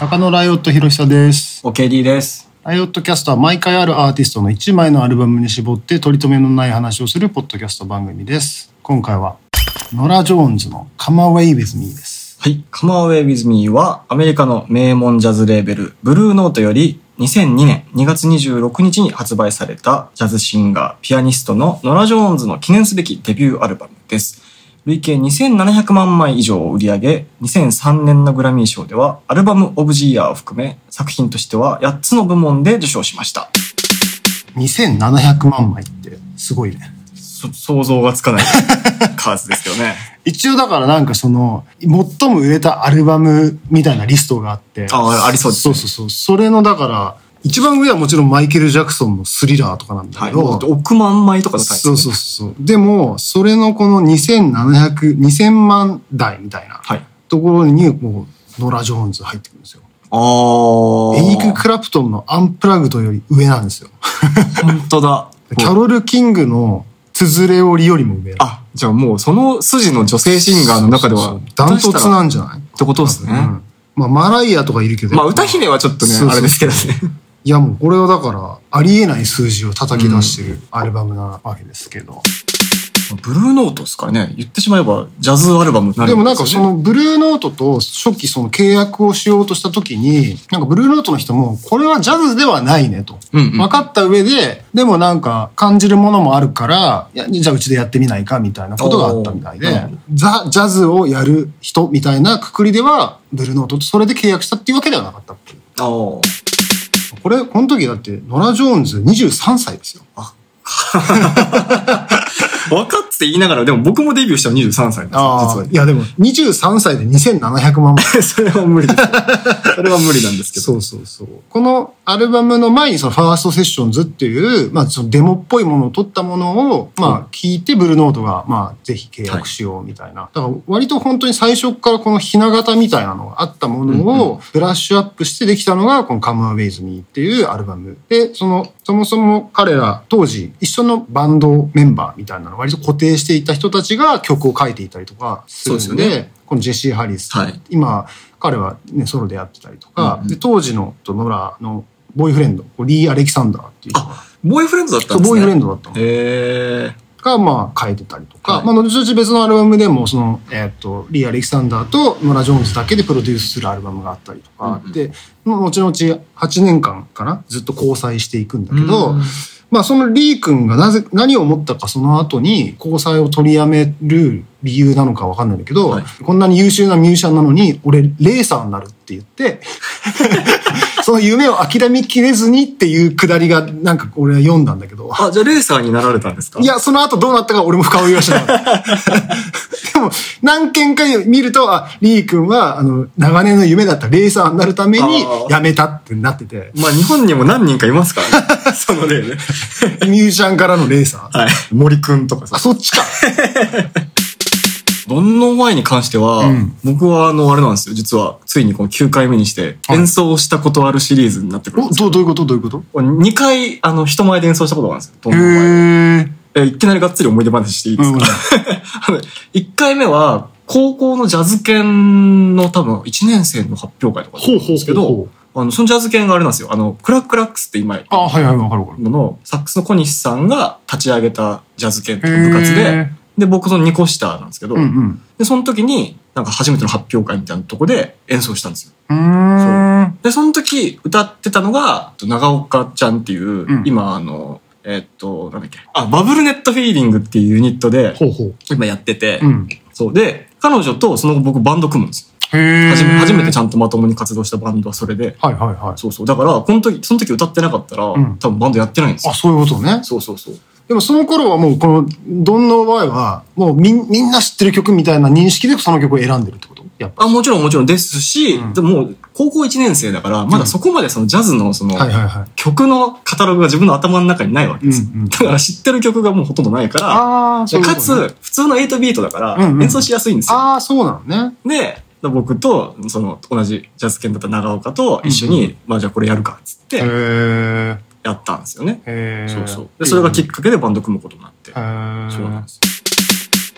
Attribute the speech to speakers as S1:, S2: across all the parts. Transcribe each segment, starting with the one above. S1: 中野ライオット広久です。
S2: オケリーです。
S1: ライオットキャストは毎回あるアーティストの1枚のアルバムに絞って取り留めのない話をするポッドキャスト番組です。今回は、ノラ・ジョーンズの Come Away With Me です。
S2: はい。Come Away With Me はアメリカの名門ジャズレーベルブルーノートより2002年2月26日に発売されたジャズシンガー、ピアニストのノラ・ジョーンズの記念すべきデビューアルバムです。累計2700万枚以上を売り上げ、2003年のグラミー賞ではアルバム・オブ・ジ・イヤーを含め作品としては8つの部門で受賞しました。
S1: 2700万枚ってすごいね。
S2: そ想像がつ かない数ですけどね。
S1: 一応だからなんかその、最も売れたアルバムみたいなリストがあって。
S2: あありそうです
S1: そうそうそう。それのだから、一番上はもちろんマイケル・ジャクソンのスリラーとかなんだ
S2: は
S1: け
S2: い。
S1: ど、
S2: 億万枚とかの単位です
S1: そ
S2: ね
S1: うそうそう。でも、それのこの2700、2000万台みたいな
S2: はい。
S1: ところに、もう、ノラ・ジョーンズ入ってくるんですよ。
S2: あー。
S1: エリック・クラプトンのアンプラグドより上なんですよ。
S2: 本当だ。
S1: キャロル・キングのつづれ折りよりも上。
S2: あ、じゃあもうその筋の女性シンガーの中で
S1: そ
S2: は
S1: うそうそうダントツ
S2: っ
S1: なんじゃない
S2: てことですね。
S1: うんまあ、マライアとかいるけど。
S2: まあ歌姫はちょっとね
S1: そうそう、そう
S2: あれですけどね。
S1: いやもうこれはだから、ありえない数字を叩き出してるアルバムなわけですけど。
S2: ブルーノートですからね。言ってしまえばジャズアルバムにな
S1: で
S2: るですよね
S1: もなんかそ、のブルーノートと初期その契約をしようとした時に、なんかブルーノートの人も、これはジャズではないねと。
S2: うんうん
S1: 分かった上で、でもなんか感じるものもあるから、いやじゃあうちでやってみないかみたいなことがあったみたいで、
S2: おー
S1: ザ・ジャズをやる人みたいなくくりでは、ブルーノートとそれで契約したっていうわけではなかったっていう
S2: あー
S1: これ、この時だって、ノラ・ジョーンズ23歳ですよ。
S2: 分かって言いながら、でも僕もデビューしたの23歳なんですよ、実はい
S1: やでも、23歳で2700万枚。。
S2: それは無理です。それは無理なんですけど。
S1: そうそうそう。このアルバムの前にそのファーストセッションズっていう、まあそのデモっぽいものを撮ったものを、まあ聞いてブルーノートが、まあぜひ契約しようみたいな。だから割と本当に最初からこのひな形みたいなのがあったものをブラッシュアップしてできたのがこの Come Away With Me っていうアルバム。で、その、そもそも彼ら当時一緒のバンドメンバーみたいなの割と固定していた人たちが曲を書いていたりとかするんで、
S2: そうですよ
S1: このジェシー・ハリス、
S2: はい
S1: 今彼は、ね、ソロでやってたりとか、
S2: うんうん
S1: で当時のとノラのボーイフレンドリー・アレキサンダーっていう人が
S2: ボーイフレンドだったんですね。
S1: ボーイフレンドだったの
S2: へー。
S1: が、まあ、書いてたりとか、
S2: はい
S1: まあ、後々別のアルバムでもその、えー、とリー・アレキサンダーとノラ・ジョーンズだけでプロデュースするアルバムがあったりとか、
S2: うんうん
S1: でまあ後々8年間かなずっと交際していくんだけど、
S2: うん
S1: まあ、そのリー君がなぜ何を思ったかその後に交際を取りやめる理由なのかわかんないんだけど、
S2: はい
S1: こんなに優秀なミュージシャンなのに俺レーサーになるって言って その夢を諦めきれずにっていうくだりがなんか俺は読んだんだけど
S2: あ、じゃあレーサーになられたんですか
S1: いやその後どうなったか俺も深追いはしなか ったでも何件か見るとあリー君はあの長年の夢だったレーサーになるために
S2: あー
S1: 辞めたってなってて
S2: まあ日本にも何人かいますから ね。その例ね。
S1: ミュージシャンからのレーサー。
S2: はい。森くんとかさ
S1: あ、。そっちか。
S2: どんの前に関しては、
S1: うん
S2: 僕はあの、あれなんですよ。実は、ついにこの9回目にして、
S1: はい
S2: 演奏したことあるシリーズになってくるん
S1: お、
S2: です
S1: どう、どういうことどういうこと
S2: よ。2回、あの、人前で演奏したことがあるんですよ。どんどん前で
S1: へえ。
S2: えいきなりがっつり思い出話していいですか、?1 回目は、高校のジャズ研の多分1年生の発表会とかだったんですけ
S1: ほうほうほう
S2: ど、あの、そのジャズ研があれなんですよ。あの、クラッククラックスって今、
S1: あ、はいはい、わかるわかる。
S2: ののサックスの小西さんが立ち上げたジャズ研っていう部活で、で、僕その2個下なんですけど、
S1: うん
S2: で、その時に、なんか初めての発表会みたいなとこで演奏したんですよ。
S1: うん。うーん。
S2: で、その時歌ってたのが、長岡ちゃんっていう、
S1: ん
S2: 今あの、えっと、なんだっけ。あ、バブルネットフィーリングっていうユニットで、
S1: ほうほう。
S2: 今やってて、
S1: ん。
S2: そう。で、彼女とその後僕バンド組むんですよ。
S1: へえ。
S2: 初め初めてち
S1: ゃん
S2: ゃんとまともに活動したバンドはそれで、
S1: はいはいはい。
S2: そうそう。だから、この時、その時歌ってなかったら、
S1: ん
S2: 多分バンドやってないんですよ
S1: あ、。そういうことね。
S2: そうそうそう。
S1: でもその頃はもう、この、どんの場合は、もうみん、みんな知ってる曲みたいな認識でその曲を選んでるってことやっぱ。
S2: あ、もちろんもちろんですし、
S1: うん
S2: でももう高校1年生だから、まだそこまでそのジャズのその、
S1: はいはいはい。
S2: 曲のカタログが自分の頭の中にないわけです。
S1: うんうん
S2: だから知ってる曲がもうほとんどないから、
S1: ああ、
S2: で
S1: そういうこ
S2: か
S1: とね。
S2: つ、普通の8ビートだから
S1: うんうん
S2: 演奏しやすいんですよ。
S1: ああ、そうなのね。
S2: で、僕と、その、同じジャズ犬だった長岡と一緒
S1: うん
S2: に、まあじゃあこれやるか、っつっ
S1: へ
S2: て
S1: え。
S2: やったんですよね。
S1: へえ。
S2: そうそう。で、それがきっかけでバンド組むことになって。
S1: へえ。
S2: そうなんです。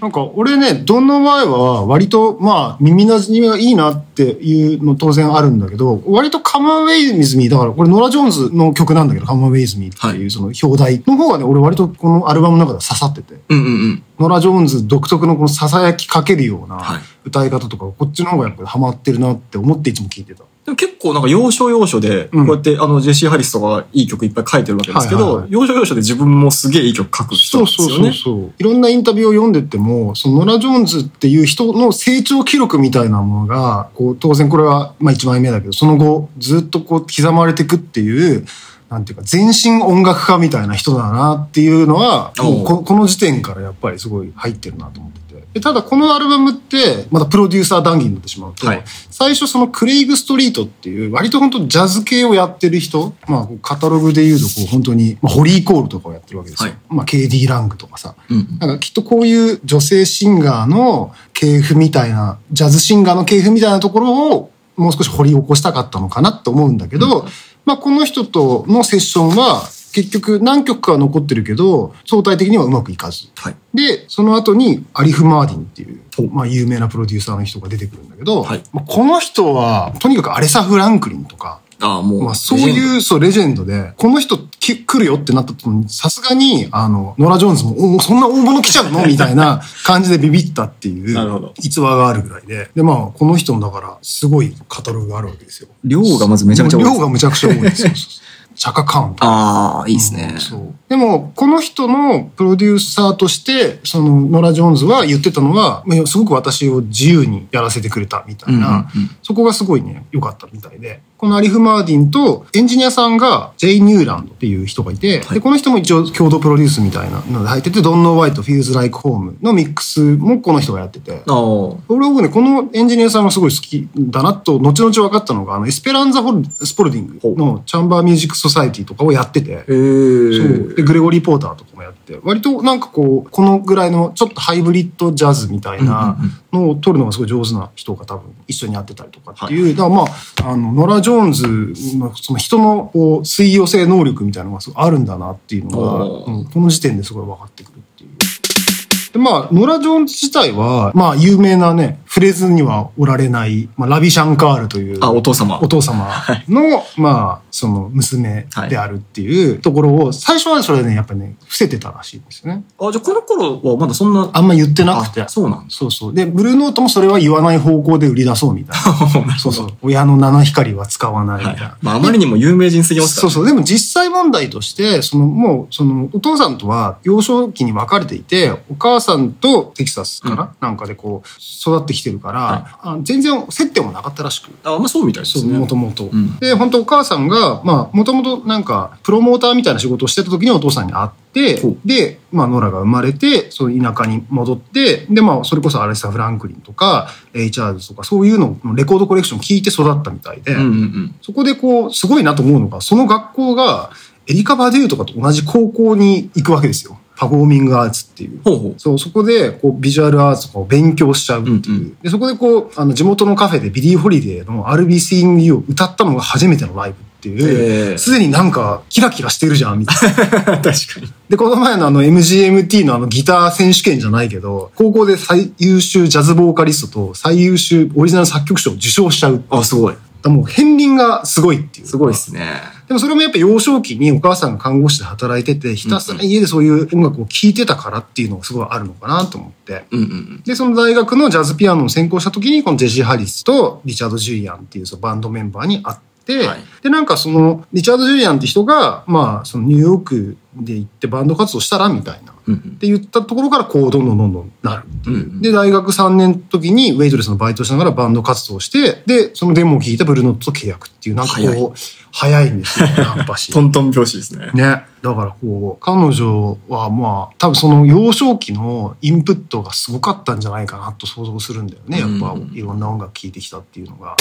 S1: なんか俺ね、ドン・ノワイは割とまあ耳なじみがいいなっていうの当然あるんだけど、割とカムアウェイ・ミズ・ミー、だからこれノラ・ジョーンズの曲なんだけど、カムアウェイ・ズ・ミーっていうその表題の方がね、俺割とこのアルバムの中では刺さってて、
S2: うんうんうん。
S1: ノラ・ジョーンズ独特のこの囁きかけるよう
S2: は。
S1: ない歌い方とか、こっちの方がやっぱりハマってるなって思っていつも聴いてた。
S2: でも結構なんか要所要所で、こ
S1: うん
S2: うやってあのジェシー・ハリスとかがいい曲いっぱい書いてるわけですけ
S1: はいはい
S2: ど
S1: は、い
S2: 要所要所で自分もすげえいい曲書く人
S1: そ
S2: なん
S1: う
S2: です
S1: そうそ
S2: よ
S1: うそ
S2: ね。
S1: う。いろんなインタビューを読んでっても、そのノラ・ジョーンズっていう人の成長記録みたいなものが、こう、当然これは、まあ一枚目だけど、その後、ずっとこう、刻まれていくっていう、なんていうか、全身音楽家みたいな人だなっていうのは、も
S2: お
S1: う
S2: う
S1: ここの時点からやっぱりすごい入ってるなと思ってて。でただこのアルバムって、またプロデューサー談義になってしまうと、
S2: はい
S1: 最初そのクレイグ・ストリートっていう、割と本当ジャズ系をやってる人、まあこうカタログで言うとこう本当に、まあ、ホリー・コールとかをやってるわけですよ。
S2: はい
S1: まあ KD ラングとかさ。
S2: うんうん
S1: なんかきっとこういう女性シンガーの系譜みたいな、ジャズシンガーの系譜みたいなところをもう少し掘り起こしたかったのかなと思うんだけど、まあこの人とのセッションは結局何曲かは残ってるけど、相対的にはうまくいかず。
S2: はい。
S1: で、その後にアリフ・マーディンっていう、まあ有名なプロデューサーの人が出てくるんだけど、
S2: はい
S1: まあこの人はとにかくアレサ・フランクリンとか、
S2: ああ、もう。
S1: まあ、そう
S2: レジェン
S1: いう、そう、レジェンドで、この人き来るよってなった時に、さすがに、あの、ノラ・ジョーンズも、おそんな大物来ちゃう のみたいな感じでビビったってい
S2: なるほ
S1: う
S2: ど、
S1: 逸話があるぐらいで。で、まあ、この人もだから、すごいカタログがあるわけですよ。
S2: ド量がまずめちゃめちゃ多いです。
S1: 量がむちゃくちゃ多い ですよ。そうそうチャカ・カーンとか
S2: ああ、いいですね
S1: うん。そうでも、この人のプロデューサーとして、その、ノラ・ジョーンズは言ってたのは、まあすごく私を自由にやらせてくれたみたいな、
S2: うんうんうん
S1: そこがすごいね、良かったみたいで。このアリフ・マーディンとエンジニアさんがジェイ・ニューランドっていう人がいて、
S2: はい
S1: でこの人も一応共同プロデュースみたいなので入ってて、ドン・ノー・ワイト、フィールズ・ライク・ホームのミックスもこの人がやってて。
S2: ああ、
S1: 俺は僕ね、このエンジニアさんがすごい好きだなと、後々分かったのが、あの、エスペランザ・ホルスポルディングのチャンバーミュージック・ソサイティとかをやってて、
S2: ええ
S1: そうでグレゴリー・ポーターとかもやって割となんかこうこのぐらいのちょっとハイブリッドジャズみたいなのを取るのがすごい上手な人が多分一緒にやってたりとかっていう、だからまああのノラ・ジョーンズのその人のこう吸い寄せ能力みたいなのがすごいあるんだなっていうのが、
S2: おー
S1: うんこの時点ですごい分かってくるっていう。でまあ、ノラ・ジョーンズ自体は、まあ、有名なね、触れずにはおられない、まあ、ラビ・シャンカールという。
S2: あ、お父様。
S1: お父様の、まあ、その娘であるっていうところを、最初はそれね、やっぱね、伏せてたらしいんですよね。
S2: あ、じゃあこの頃はまだそんな、
S1: あんま言ってなくて
S2: あ。そうなんで
S1: そうそう。で、ブルーノートもそれは言わない方向で売り出そうみたいな。そうそう。親の七光は使わないみ
S2: す
S1: た
S2: はいい
S1: な。。
S2: まああまりにも有名人すぎます
S1: そ
S2: か
S1: うそう。でも実際問題として、そのもう、その、お父さんとは幼少期に別れていて、お母さんとテキサスかな、なんかでこう、育ってきてるから、あ全然接点もなかったらしく。
S2: ら。あ、まあそうみたいで
S1: そ
S2: す
S1: う、
S2: ね。
S1: もともと
S2: ん。
S1: で、本当お母さんが、まあ、もともとなんか、プロモーターみたいな仕事をしてた時にお父さんに会って
S2: ほう、
S1: で、まあ、ノラが生まれて、その田舎に戻って、で、まあ、それこそアレサ・フランクリンとか、エイチャールズとか、そういうのをレコードコレクション聞いて育ったみたいで、
S2: うんうんうん。
S1: そこでこう、すごいなと思うのが、その学校が、エリカ・バデューとかと同じ高校に行くわけですよ。パフォーミングアーツっていう。
S2: ほうほう。
S1: そう、そこで、こう、ビジュアルアーツとかを勉強しちゃうっていう。
S2: うんう
S1: で、そこでこう、あの、地元のカフェでビリー・ホリデーの RB s i n g を歌ったのが初めてのライブっていう、
S2: ええ
S1: すでになんか、キラキラしてるじゃん、みたいな。
S2: 確かに。
S1: で、この前のあの、MGMT のあの、ギター選手権じゃないけど、高校で最優秀ジャズボーカリストと最優秀オリジナル作曲賞を受賞しちゃう。だか
S2: あ、すごい。
S1: らもう、片鱗がすごいっていう。
S2: すごいですね。
S1: でもそれもやっぱ幼少期にお母さんが看護師で働いてて、ひたすら家でそういう音楽を聴いてたからっていうのがすごいあるのかなと思って。
S2: うんうんうん。
S1: で、その大学のジャズピアノを専攻した時に、このジェシー・ハリスとリチャード・ジュリアンっていうそのバンドメンバーに会って、
S2: はい
S1: で、なんかその、リチャード・ジュリアンって人が、まあ、そのニューヨークで行ってバンド活動したらみたいな。っ
S2: うんうん
S1: て言ったところからこう、どんどんどんどんなる。
S2: うんうん。
S1: で、大学3年の時にウェイトレスのバイトしながらバンド活動して、で、そのデモを聞いたブルーノットと契約っていう、なんか
S2: 早
S1: こう、早いんですよ、やっぱ し。
S2: トントン拍子ですね。
S1: ね。だからこう、彼女はまあ、多分その幼少期のインプットがすごかったんじゃないかなと想像するんだよね。やっぱ
S2: うん
S1: いろんな音楽聴いてきたっていうのが。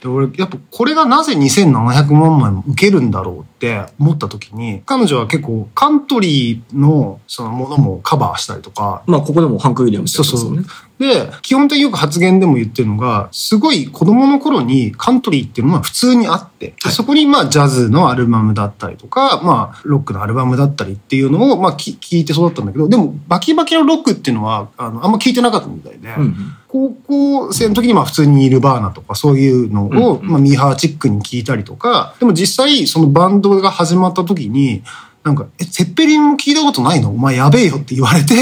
S1: で俺、やっぱこれがなぜ2700万枚も受けるんだろうって思った時に、彼女は結構カントリーのそのものもカバーしたりとか、
S2: まあ、ここでもハンク・ウィリアムスやってますよね。
S1: で、基本的によく発言でも言ってるのが、すごい子供の頃にカントリーっていうのは普通にあって、で
S2: はい
S1: そこにまあジャズのアルバムだったりとか、まあロックのアルバムだったりっていうのをまあき聞いて育ったんだけど、でもバキバキのロックっていうのはあのあんま聞いてなかったみたいで、
S2: うんうん。
S1: 高校生の時にまあ普通にニルバーナとかそういうのを
S2: うんうん
S1: まあミーハーチックに聞いたりとか、でも実際そのバンドが始まった時に、なんか、え、ゼッペリンも聞いたことないのお前やべえよって言われ て、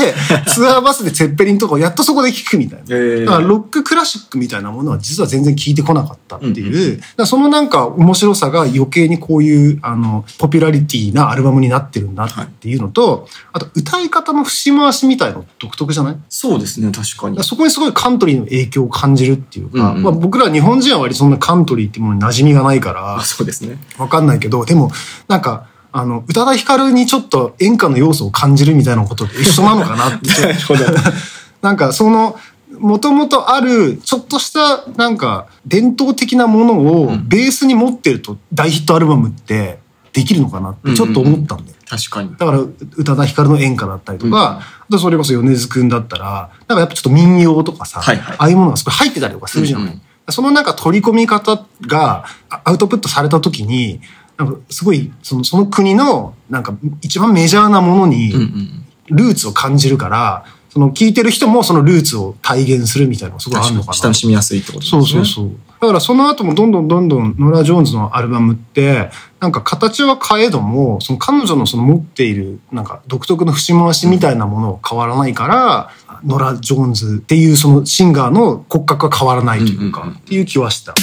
S1: ツアーバスでゼッペリンとかをやっとそこで聞くみたいな。
S2: えー
S1: だからロッククラシックみたいなものは実は全然聞いてこなかったっていう、
S2: うんうん
S1: だからそのなんか面白さが余計にこういうあのポピュラリティなアルバムになってるんだっていうのと、あと歌い方の節回しみたいの独特じゃないだか
S2: そうですね、確かに
S1: ら。そこにすごいカントリーの影響を感じるっていうか、
S2: うんうん
S1: まあ、僕ら日本人は割とそんなカントリーってものに馴染みがないか
S2: あ
S1: ら
S2: そうですね。
S1: わかんないけどでもなんかあの宇多田ヒカルにちょっと演歌の要素を感じるみたいなことと一緒なのかなって
S2: なるほど。
S1: なんかその、もともとある、ちょっとした、なんか、伝統的なものを
S2: うん
S1: ベースに持ってると、大ヒットアルバムってできるのかなって、ちょっと思ったんで。
S2: 確かに。
S1: だから、宇多田ヒカルの演歌だったりとか、あとそれこそ米津くんだったら、なんかやっぱちょっと民謡とかさ、
S2: はいはい
S1: ああいうものがすごい入ってたりとかするじゃない、
S2: うんうん
S1: そのなんか取り込み方があアウトプットされた時に、なんかすごい、その、その国の、なんか一番メジャーなものに、
S2: うんうん。
S1: ルーツを感じるから、その聞いてる人もそのルーツを体現するみたいなのがすごいあるのかな。
S2: 親しみやすいってことです
S1: そ
S2: ね。
S1: うそうそう。だからその後もどんどんどんどんノラ・ジョーンズのアルバムって、なんか形は変えども、その彼女のその持っているなんか独特の節回しみたいなものは変わらないから、ノラ・ジョーンズっていうそのシンガーの骨格は変わらないという
S2: うんうんうん
S1: か、っていう気はした。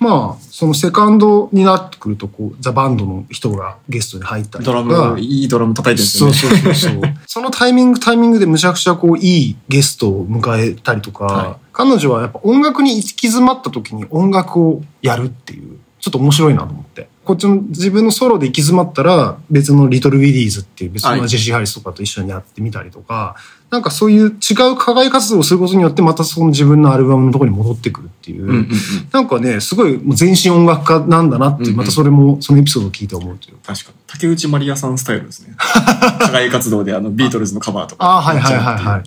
S1: まあ、そのセカンドになってくると、こう、ザ・バンドの人がゲストに入ったりと
S2: ド
S1: か。
S2: ラム、いいドラム叩いてるんですよね。
S1: そうそうそうそ う。そのタイミングタイミングでむちゃくちゃこういいゲストを迎えたりとか、
S2: はい
S1: 彼女はやっぱ音楽に行き詰まった時に音楽をやるっていう、ちょっと面白いなと思って。こっちの自分のソロで行き詰まったら別のリトル・ウィリーズっていう別
S2: は
S1: の
S2: い
S1: ジェシー・ハリスとかと一緒にやってみたりとか、なんかそういう違う課外活動をすることによってまたその自分のアルバムのところに戻ってくるっていう、
S2: うんうんうん。
S1: なんかね、すごいもう全身音楽家なんだなって、
S2: うんうん
S1: またそれもそのエピソードを聞いて思うというか
S2: 確かに。竹内まりやさんスタイルです ね。課外活動であの、ビートルズのカバーとか。
S1: ああ、はいはいはいはい。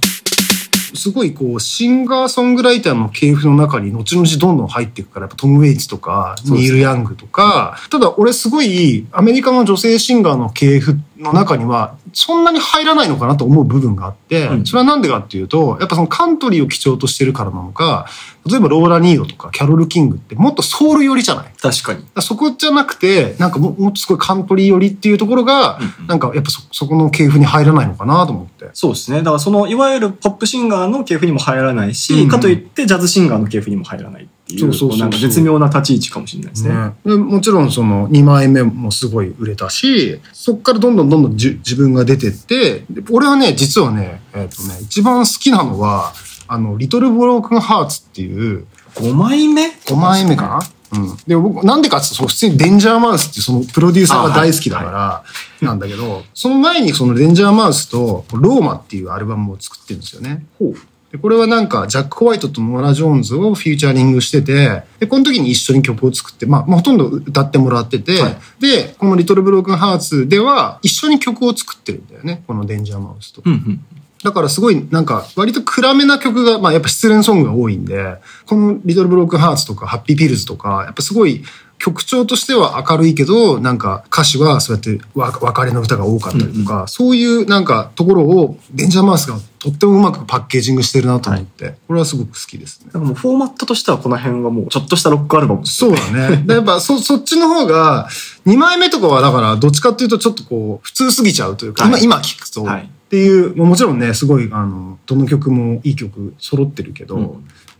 S1: すごいこう、シンガーソングライターの系譜の中に後々どんどん入っていくから、やっぱトム・ウェイツとか、
S2: そうで
S1: ニ
S2: す
S1: ール・ヤングとか、ただ俺すごいアメリカの女性シンガーの系譜の中には、そんなに入らないのかなと思う部分があって、
S2: うん
S1: それはなんでかっていうと、やっぱそのカントリーを基調としてるからなのか、例えばローラ・ニードとかキャロル・キングってもっとソウル寄りじゃない
S2: 確かに。
S1: だからそこじゃなくて、なんかももっとすごいカントリー寄りっていうところが、
S2: うんうん
S1: なんかやっぱそそこの系譜に入らないのかなと思って。
S2: そうですね。だからその、いわゆるポップシンガーの系譜にも入らないし、
S1: うんうん
S2: かといってジャズシンガーの系譜にも入らないっていう、
S1: そうそうそうそう
S2: こなんか絶妙な立ち位置かもしれないですね。
S1: でもちろんその2枚目もすごい売れたしそこからどんどんどんどんじゅ自分が出てってで俺はね実はね,、えっとね一番好きなのはあの「リトル・ブロークン・ハーツ」っていう
S2: 5枚目
S1: 5枚目かな、うん、で僕なんでかっていうと普通に「デンジャーマウス」っていうそのプロデューサーが大好きだからなんだけどその前にその「デンジャーマウス」と「ローマ」っていうアルバムを作ってるんですよね。
S2: ほう。
S1: で、これはなんか、ジャック・ホワイトとノラ・ジョーンズをフューチャリングしてて、で、この時に一緒に曲を作って、まあ、まあ、ほとんど歌ってもらってて、
S2: はい
S1: で、このリトル・ブロークン・ハーツでは、一緒に曲を作ってるんだよね、このデンジャー・マウスと。
S2: うんうん。
S1: だからすごい、なんか、割と暗めな曲が、まあ、やっぱ失恋ソングが多いんで、このリトル・ブロークン・ハーツとか、ハッピー・ピルズとか、やっぱすごい、曲調としては明るいけど、なんか歌詞はそうやってわ別れの歌が多かったりとか、そういうなんかところをデンジャーマウスがとってもうまくパッケージングしてるなと思って、これはすごく好きですね
S2: だ。からもうフォーマットとしてはこの辺はもうちょっとしたロックアルバムです
S1: そうだね。でやっぱそ、そっちの方が、2枚目とかはだから、どっちかっていうとちょっとこう、普通すぎちゃうというか、
S2: はい
S1: 今、今聞くと、
S2: はい
S1: っていう、まあもちろんね、すごい、あの、どの曲もいい曲揃ってるけど、
S2: うん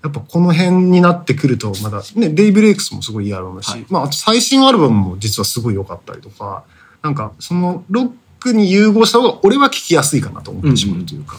S1: やっぱこの辺になってくると、まだ、ね、デイブレイクスもすごいいいアルバムだし、
S2: はい
S1: まあ、あと最新アルバムも実はすごい良かったりとか、なんか、その、ロックに融合した方が、俺は聞きやすいかなと思ってしまうというか。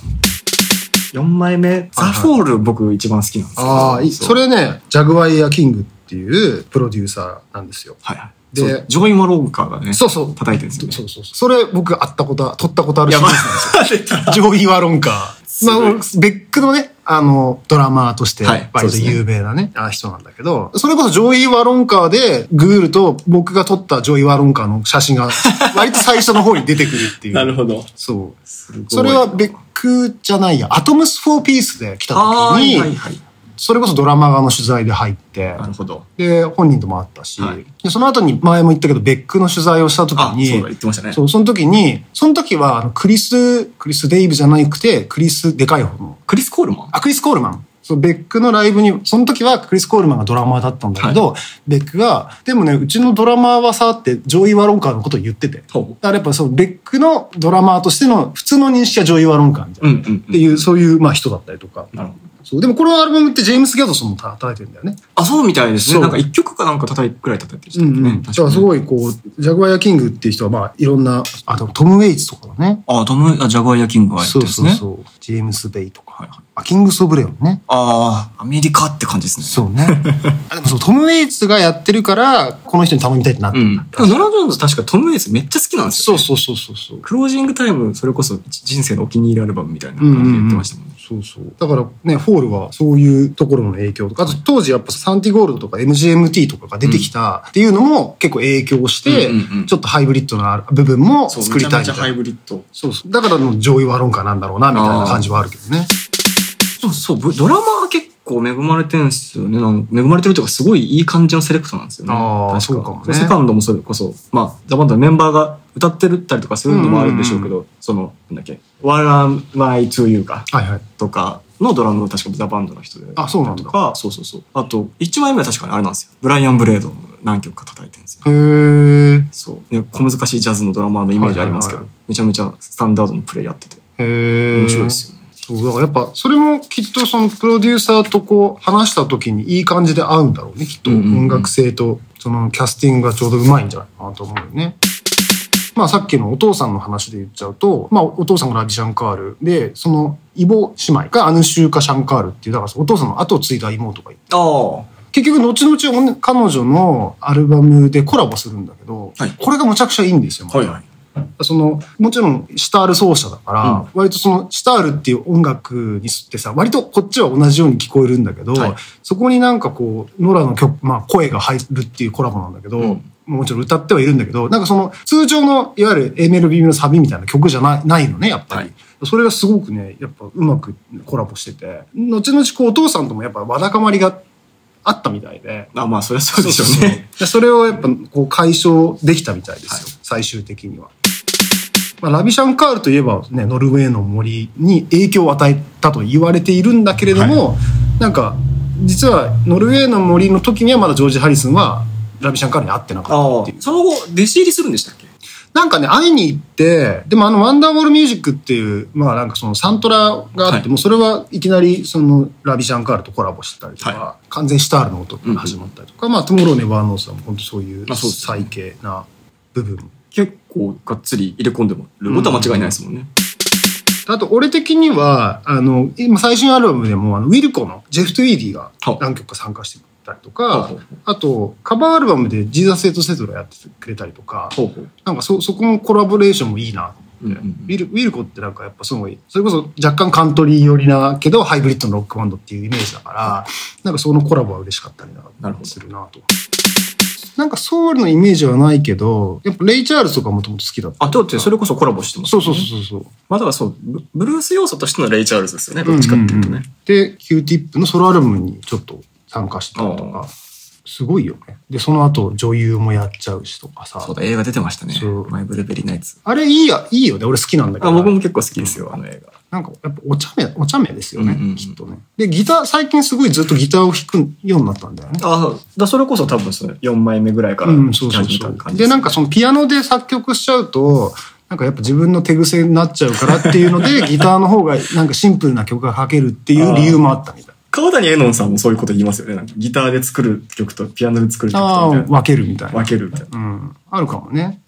S2: 4枚目、ザ・フォール僕一番好きなんですけど。
S1: ああ、いいうそ。れね、ジャグワイア・キングっていうプロデューサーなんですよ。
S2: はいはい。
S1: で
S2: そうジョイ・マローカーがね、
S1: そうそう。
S2: 叩いてるんですよね。
S1: そうそうそう。それ僕会ったことあ、撮ったことある
S2: い
S1: し
S2: や、まあ、出た。
S1: ジョイ・ワロンカー。
S2: すごい
S1: まあ、ベックのね、あの、ドラマーとして
S2: はい、
S1: 割と
S2: そうですね
S1: 有名なね、あ人なんだけど、それこそジョイ・ワロンカーで、グールと僕が撮ったジョイ・ワロンカーの写真 が、割と最初の方に出てくるってい う。
S3: なるほど。
S1: そう。
S2: すごい
S1: それは別区じゃないや、アトムス・フォー・ピースで来た時
S2: あーはい
S1: に、
S2: はいはい。
S1: それこそドラマ側の取材で入って、
S2: なるほど。
S1: で、本人とも会ったし、
S2: はい
S1: でその後に前も言ったけど、別区の取材をした時
S2: あ、そうだ、
S1: に
S2: 言、ってましたね。
S1: そう、その時に、その時は、あの、クリス、クリス・デイブじゃなくて、クリス・でかい方の、
S2: クリス・コールマン
S1: あ、クリス・コールマン。そう、ベックのライブに、その時はクリス・コールマンがドラマーだったんだけど、ベックが、でもね、うちのドラマーはさ、って、ジョイ・ワロンカーのことを言ってて。
S2: ほう。
S1: だからやっぱそう、ベックのドラマーとしての普通の認識はジョイ・ワロンカーみたいな。
S2: うんうんうん。
S1: っていう、そういう、まあ人だったりとか。
S2: なるほど。
S1: そう。でもこのアルバムってジェームス・ギャドソンも叩いてるんだよね。
S2: あ、そうみたいです
S1: そ
S2: ね。
S1: う
S2: なんか一曲かなんか叩いくらい叩いてる
S1: う
S2: 人
S1: んう
S2: ね
S1: ん。。だ
S2: 確か
S1: か
S2: に
S1: らすごいこう、ジャグワイア・キングっていう人はまあいろんな、あ、でもトム・ウェイツとかだね。
S2: あ、トム、あジャグワイア・キングはやって
S1: そ
S2: るん
S1: う
S2: です
S1: そう
S2: ね。
S1: そう。ジェームス・ベイと
S2: はいは
S1: か。あ、キングス・オブ・レオンね。
S2: ああ、アメリカって感じですね。
S1: そう ね。あ、でもそう、トム・ウェイツがやってるから、この人に頼みたいってなって
S2: う
S1: る
S2: ん。でもノラ・ジョーンズ確かトム・ウェイスめっちゃ好きなんですよ、
S1: そ
S2: ね。
S1: うそうそうそうそう。
S2: クロージングタイム、それこそ人生のお気に入りアルバムみたいな
S1: うんうん
S2: 感
S1: う
S2: じ
S1: ん
S2: で言ってましたもんね。
S1: そうそう。だからね、フォールはそういうところの影響とか、あと当時やっぱサンティゴールドとか MGMT とかが出てきたっていうのも結構影響して、
S2: うんうんうん
S1: ちょっとハイブリッドな部分も
S2: そう
S1: 作りたい
S2: め
S1: み
S2: ちゃめち
S1: た
S2: ゃハ
S1: い
S2: イ
S1: な。
S2: ブリッド。
S1: そうそう。だからの上位は論かなんだろうな、みたいな感じはあるけどね。
S2: そうそう、ぶドラマは結構恵まれてるんですよね。なんか恵まれてるというか、すごいいい感じのセレクトなんですよね。
S1: あー
S2: 確
S1: そうかもね
S2: セカンドもそれこそ、まあ、ザ・バンドのメンバーが歌ってるったりとかするのもあるんでしょうけど、その、なんだっけ、What Am I To You か、
S1: はいはい。
S2: とかのドラムが確かザ・バンドの人で。
S1: あ、そうなんだ
S2: と。か、そうそうそう。あと、1枚目は確かにあれなんですよ。ブライアン・ブレードの何曲か叩いてるんですよ。
S1: へー。
S2: そう。ね小難しいジャズのドラマーのイメージありますけど、
S1: はい
S2: めちゃめちゃスタンダードのプレイやってて、
S1: へー。
S2: 面白いですよね。
S1: そう、だからやっぱ、それもきっとそのプロデューサーとこう話した時にいい感じで合うんだろうね、きっと。
S2: うんうんうん
S1: 音楽性と、そのキャスティングがちょうどうまいんじゃないかなと思うよね。まあさっきのお父さんの話で言っちゃうと、まあお父さんがラビシャンカールで、そのイボ姉妹がアヌシューカ・シャンカールっていう、だからお父さんの後を継いだ妹がいて。
S2: あ
S1: 結局後々おね彼女のアルバムでコラボするんだけど、
S2: はい
S1: これがむちゃくちゃいいんですよ。ま
S2: あ。
S1: た
S2: はいはい。
S1: そのもちろんシュタール奏者だから、
S2: うん
S1: 割とそのシュタールっていう音楽に沿ってさ割とこっちは同じように聞こえるんだけど、
S2: はい
S1: そこになんかこうノラの曲、まあ、声が入るっていうコラボなんだけど、
S2: うん
S1: もちろん歌ってはいるんだけどなんかその通常のいわゆる A メロ B メロサビみたいな曲じゃないないのねやっぱり。
S2: はい
S1: それがすごくねやっぱうまくコラボしてて後々こうお父さんともやっぱわだかまりがあったみたいで。
S2: あまあ、そりゃそうでしょう
S1: そう
S2: ね。
S1: でそれをやっぱこう解消できたみたいですよ、最終的には。まあ、ラビシャンカールといえば、ね、ノルウェーの森に影響を与えたと言われているんだけれども、なんか実はノルウェーの森の時にはまだジョージ・ハリスンはラビシャンカールに会ってなかった
S2: ああ。その後、弟子入りするんでしたっけ
S1: なんかね、会いに行って、でもあの、ワンダーボールミュージックっていう、まあなんかそのサントラがあって、
S2: はい
S1: もうそれはいきなりそのラビシャンカールとコラボしてたりとか、
S2: は
S1: 完全シタールの音が始まったりとか、まあトゥモローネバーノースはもう本当そういう
S2: あそうですね
S1: 最系な部分。
S2: 結構がっつり入れ込んでもることは間違いないですもんね。
S1: あと、俺的には、あの、今最新アルバムでも、あの、ウィルコのジェフ・トゥイーディが
S2: は
S1: 何曲か参加してたりと
S2: ほう
S1: か
S2: ほう、
S1: あと、カバーアルバムでジーザス・エイト・セトラやってくれたりとか、
S2: ほうほう。
S1: なんかそ、そこのコラボレーションもいいな
S2: うんうん
S1: ウィルウィルコってなんかやっぱすごい、それこそ若干カントリー寄りなけど、ハイブリッドのロックバンドっていうイメージだから、なんかそのコラボは嬉しかったり
S2: な
S1: な
S2: るほど
S1: するなと。なんかソウルのイメージはないけど、やっぱレイ・チャールズとかもともと好きだった。
S2: あ、だってそれこそコラボしてます。
S1: そうそうそうそう。
S2: まあ、だからそう、ブブルース要素としてのレイ・チャールズですよね。どっちかっていうとね。
S1: んんんで、Q-Tip のソロアルバムにちょっと参加したりと
S2: あ
S1: か、すごいよね。で、その後女優もやっちゃうしとかさ
S2: そう。だ、映画出てましたね
S1: そう。
S2: マイ・ブルーベリー・ナイツ。
S1: あれいいや、いいよね。俺好きなんだけど。
S2: あ、僕も結構好きですよ、あの映画。
S1: なんかやっぱお茶目、お茶目ですよね、
S2: うんうんうん
S1: きっとね。で、ギター、最近すごいずっとギターを弾くようになったんだよね。
S2: あだそれこそ多分その4枚目ぐらいから
S1: うん、
S2: 弾
S1: そう
S2: き
S1: そう
S2: 始め
S1: そ
S2: た感
S1: う。
S2: じで
S1: で、
S2: す
S1: なんかそのピアノで作曲しちゃうと、なんかやっぱ自分の手癖になっちゃうからっていうの で、ギターの方がなんかシンプルな曲が書けるっていう理由もあったみたい。
S2: 川谷絵音さんもそういうこと言いますよね。なんかギターで作る曲とピアノで作る 曲
S1: ああ
S2: と
S1: ー、
S2: みたいな
S1: 分けるみたいな。
S2: 分けるみたいな。
S1: うん、あるかもね。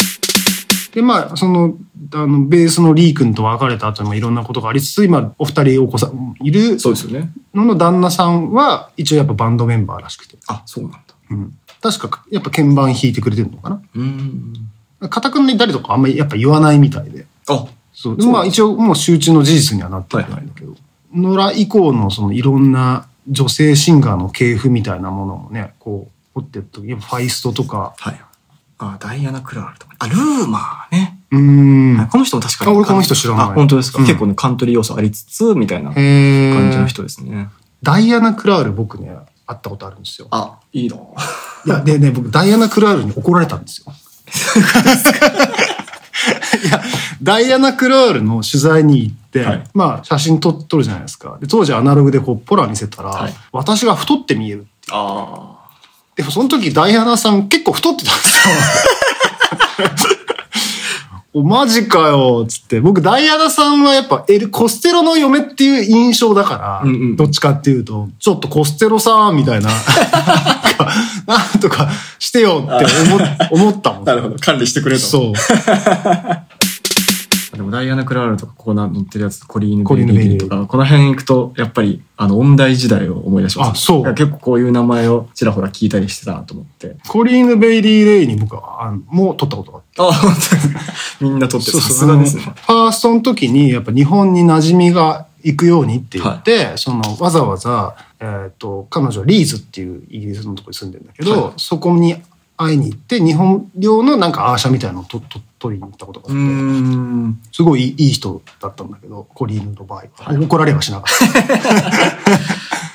S1: で、まあ、その、あの、ベースのリー君と別れた後にもいろんなことがありつつ、今、お二人お子さんもいる
S2: そうですよね。
S1: のの旦那さんは、一応やっぱバンドメンバーらしくて。
S2: あ、そうなんだ。
S1: うん確か、やっぱ鍵盤弾いてくれてるのか
S2: うん。
S1: な。かたくんに誰とかあんまりやっぱ言わないみたいで。
S2: あ、
S1: そう。でもまあ一応もう集中の事実にはなってるんだけど。ノラ以降のそのいろんな女性シンガーの系譜みたいなものもね、こう、掘ってった時やっぱファイストとか、
S2: はい。あ、ダイアナ・クラールとか。あ、ルーマーね。
S1: うーん。
S2: はいこの人も確かに。
S1: あ俺この人知らない
S2: あ、本当ですか。
S1: うん
S2: 結構ね、カントリー要素ありつつ、みたいな感
S1: へー
S2: じの人ですね。
S1: ダイアナ・クラール僕ね、会ったことあるんですよ。
S2: あ、いい な
S1: いや、でね、僕、ダイアナ・クラールに怒られたんです よ。いや、ダイアナ・クラールの取材に行って、
S2: はい
S1: まあ、写真撮撮るじゃないですか。で当時アナログでこう、ポラ見せたら、
S2: はい
S1: 私が太って見える。
S2: あ
S1: でも、その時、ダイアナさん結構太ってたんですよ。おマジかよ、つって。僕、ダイアナさんはやっぱ、エル・コステロの嫁っていう印象だから、
S2: うんうん
S1: どっちかっていうと、ちょっとコステロさん、みたいな、なんかなんとかしてよって思思ったもん。
S2: あ。なるほど。管理してくれと。
S1: そう。
S2: でもダイアナ・クラールとかコーナー載ってるやつコリーヌ・
S1: コリーヌ
S2: ベイリーとかこの辺行くとやっぱりあの音大時代を思い出します
S1: あそう
S2: だから結構こういう名前をちらほら聞いたりしてたなと思って
S1: コリーヌ・ベイリー・レイに僕は、あのもう撮ったことがあって。
S2: あ本当に みんな撮ってるさすがですね
S1: あのファーストの時に、やっぱ日本に馴染みが行くようにって言って、その、わざわざ、えっ、と、彼女はリーズっていうイギリスのとこに住んでるんだけど、
S2: はい
S1: そこに会いに行って、日本領のなんかアーシャみたいなのをとと取りに行ったことがあ
S2: うー
S1: って、
S2: ん
S1: すごいいいいい人だったんだけど、コリーヌの場合は。
S2: はい
S1: 怒られはしなかった。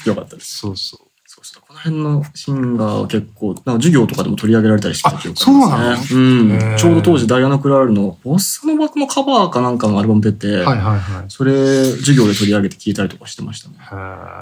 S2: よかったです
S1: そうそう。
S2: そうしたこの辺のシンガーは結構なんか授業とかでも取り上げられたりしてた記憶ありますね
S1: なの
S2: う
S1: へ
S2: ん
S1: ー
S2: ちょうど当時ダイアナ・クラールのボッサノバのカバーかなんかのアルバム出て、
S1: はいはいはい。
S2: それ授業で取り上げて聞いたりとかしてましたね
S1: へー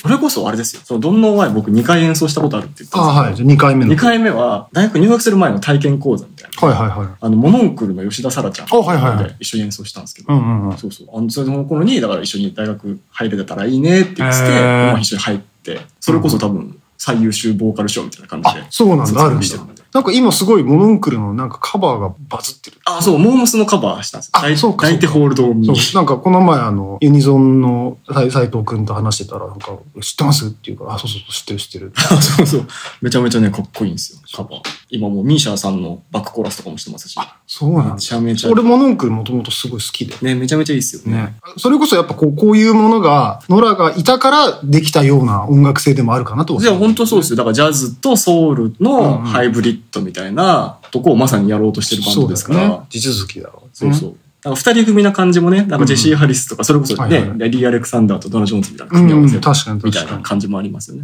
S2: それこそあれですよ。その、どんの前僕2回演奏したことあるって言ったん
S1: あ
S2: ですけど、
S1: はい。じゃあ2回目の。
S2: 2回目は、大学入学する前の体験講座みたいな。
S1: はいはいはい。
S2: あの、モノンクルの吉田沙羅ちゃん
S1: あはいはいはい
S2: で一緒に演奏したんですけど、
S1: うんうんうん。
S2: そうそう。あの、その頃に、だから一緒に大学入れてたらいいねって言ってて、
S1: へー
S2: まあ一緒に入って、それこそ多分、最優秀ボーカル賞みたいな感じで
S1: あ、。そうなんだ、あるんだ
S2: してたんで。
S1: なんか今すごいモノンクルのなんかカバーがバズってる。
S2: あ、そう、モーモスのカバーしたんですよ。
S1: あ
S2: 抱い
S1: そうかそうか
S2: 抱いてホールドを見
S1: そ
S2: に
S1: う。。なんかこの前あの、ユニゾンの斎藤くんと話してたら、なんか、知ってますっていうから、あ、そうそうそう、知ってる知ってる。
S2: あ そうそう。めちゃめちゃね、かっこいいんですよ、カバー。今もうミーシャさんのバックコーラスとかもしてますし。
S1: そうなん
S2: め
S1: だ。
S2: ちゃめちゃ。
S1: 俺モノンクルもともとすごい好きで。
S2: ね、めちゃめちゃいいっすよね。
S1: ね。それこそやっぱこう、こういうものが、ノラがいたからできたような音楽性でもあるかなとは。
S2: いや、本当そうですよ。だからジャズとソウル
S1: うんう
S2: の
S1: ん
S2: ハイブリッドみたいなとこをまさにやろうとしてるバンドですから。
S1: そうだよね。地続きだろね
S2: そうそう。なんか二人組な感じもね、なんかジェシー・ハリスとか、それこそね、
S1: はいはい
S2: レディー・アレクサンダーとドナ・ジョーンズみたいな
S1: う
S2: 組み合
S1: ん、
S2: わ
S1: う
S2: せ
S1: ん、確かに確
S2: みたい
S1: か
S2: な
S1: に。
S2: 感じもありますよね。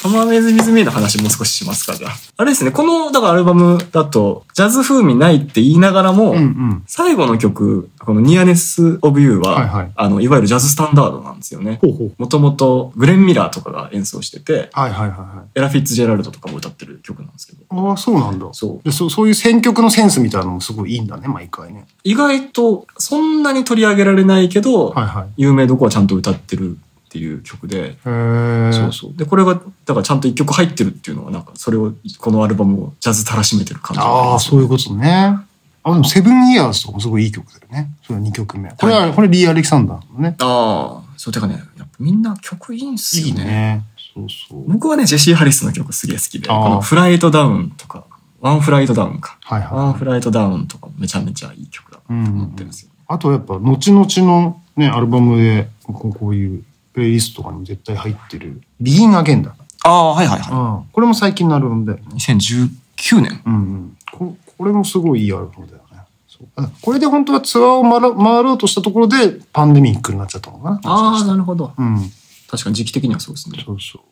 S2: サマーウェイズ・ウィズ・ミーの話もう少ししますか、じゃあ。あれですね、この、だからアルバムだと、ジャズ風味ないって言いながらも、
S1: うんうん。
S2: 最後の曲、この Nearness of You は、
S1: はいはい
S2: あの、いわゆるジャズスタンダードなんですよね。
S1: ほうほう。
S2: もともとグレン・ミラーとかが演奏してて、
S1: はいはいはいはい。
S2: エラ・フィッツジェラルドとかも歌ってる曲なんですけど。
S1: ああ、そうなんだ。
S2: そう。
S1: でそうそういう選曲のセンスみたいなのもすごいいいんだね、毎回ね。
S2: 意外と、そんなに取り上げられないけど、
S1: はいはい。
S2: 有名どこはちゃんと歌ってるっていう曲で、
S1: へー
S2: そうそう。で、これが、だからちゃんと一曲入ってるっていうのは、なんか、それを、このアルバムをジャズたらしめてる感じがり
S1: ああ、
S2: ます
S1: そういうことね。あ、でも、セブンイヤーズとかもすごいいい曲だよね。それは2曲目。これは、これリー・アレキサンダーのね。
S2: ああ、そう、てかね、やっぱみんな曲いいんすよ
S1: いい
S2: ね。
S1: ね。そうそう。
S2: 僕はね、ジェシー・ハリスの曲すげえ好きで、こ
S1: あー
S2: のフライトダウンとか、ワンフライトダウンか。
S1: はい
S2: ワンフ
S1: は
S2: ライトダウンとかめちゃめちゃいい曲だなと思ってるんです
S1: い。
S2: よ。
S1: あとやっぱ、後々のね、アルバムで、こうこういう、プレイリストとかに絶対入ってる、ビーン・アゲンだ。
S2: ああ、はいはいは
S1: うん。これも最近のアルバムだよね。
S2: い。2019年。
S1: うんうん。ここれもすごいいいアルバムだよね。そうあこれで本当はツアーを回ろ回ろうとしたところで、パンデミックになっちゃったのかな。
S2: ああ、なるほど。
S1: あ。うん。
S2: 確かに時期的にはそうですね。
S1: そうそう。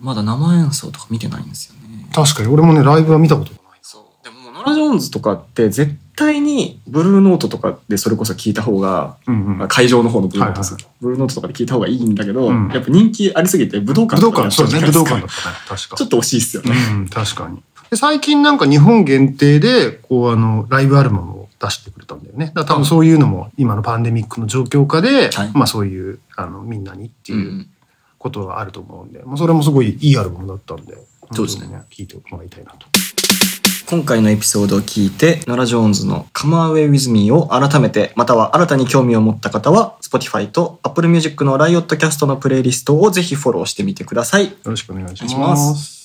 S2: まだ生演奏とか見てないんですよね。
S1: 確かに、俺もね、ライブは見たことがない。
S2: そう。でももうノラ・ジョーンズとかって絶対にブルーノートとかでそれこそ聞いた方が、
S1: うんうん
S2: まあ会場の方のブルーノートです
S1: はい
S2: ブルーノートとかで聞いた方がいいんだけど、
S1: うん
S2: やっぱ人気ありすぎて武道
S1: 武
S2: 館
S1: 道
S2: と
S1: 館、
S2: かやっ
S1: そ
S2: た
S1: う
S2: じ
S1: ですね。武道
S2: ゃないですか
S1: 館だったね。確か。
S2: ちょっと惜しいっすよね。
S1: うん、確かに。で最近なんか日本限定で、こうあの、ライブアルバムを出してくれたんだよね。だから多分そういうのも、今のパンデミックの状況下で、
S2: はい
S1: まあそういう、あの、みんなにって
S2: うんう
S1: いうんことがあると思うんで、まあそれもすごいいいアルバムだったんで、
S2: そうですね
S1: 本当に聞いてもらいたいなと。
S2: 今回のエピソードを聞いて、ノラ・ジョーンズの Come Away With Me を改めて、または新たに興味を持った方は、Spotify と Apple Music の Riotcast のプレイリストをぜひフォローしてみてください。
S1: よろしくお願いし
S2: お願いしま
S1: ます。